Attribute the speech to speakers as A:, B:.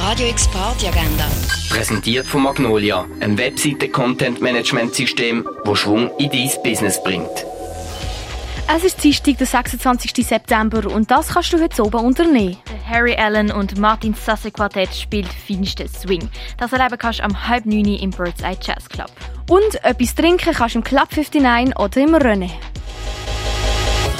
A: Radio X Party Agenda.
B: Präsentiert von Magnolia, einem Webseite-Content-Management-System, wo Schwung in dein Business bringt.
C: Es ist Dienstag, der 26. September und das kannst du heute oben unternehmen.
D: Harry Allen und Martin Sasse Quartett spielt feinsten Swing. Das erleben kannst du am halb neun im Bird's Eye Jazz Club.
C: Und etwas trinken kannst du im Club 59 oder im René.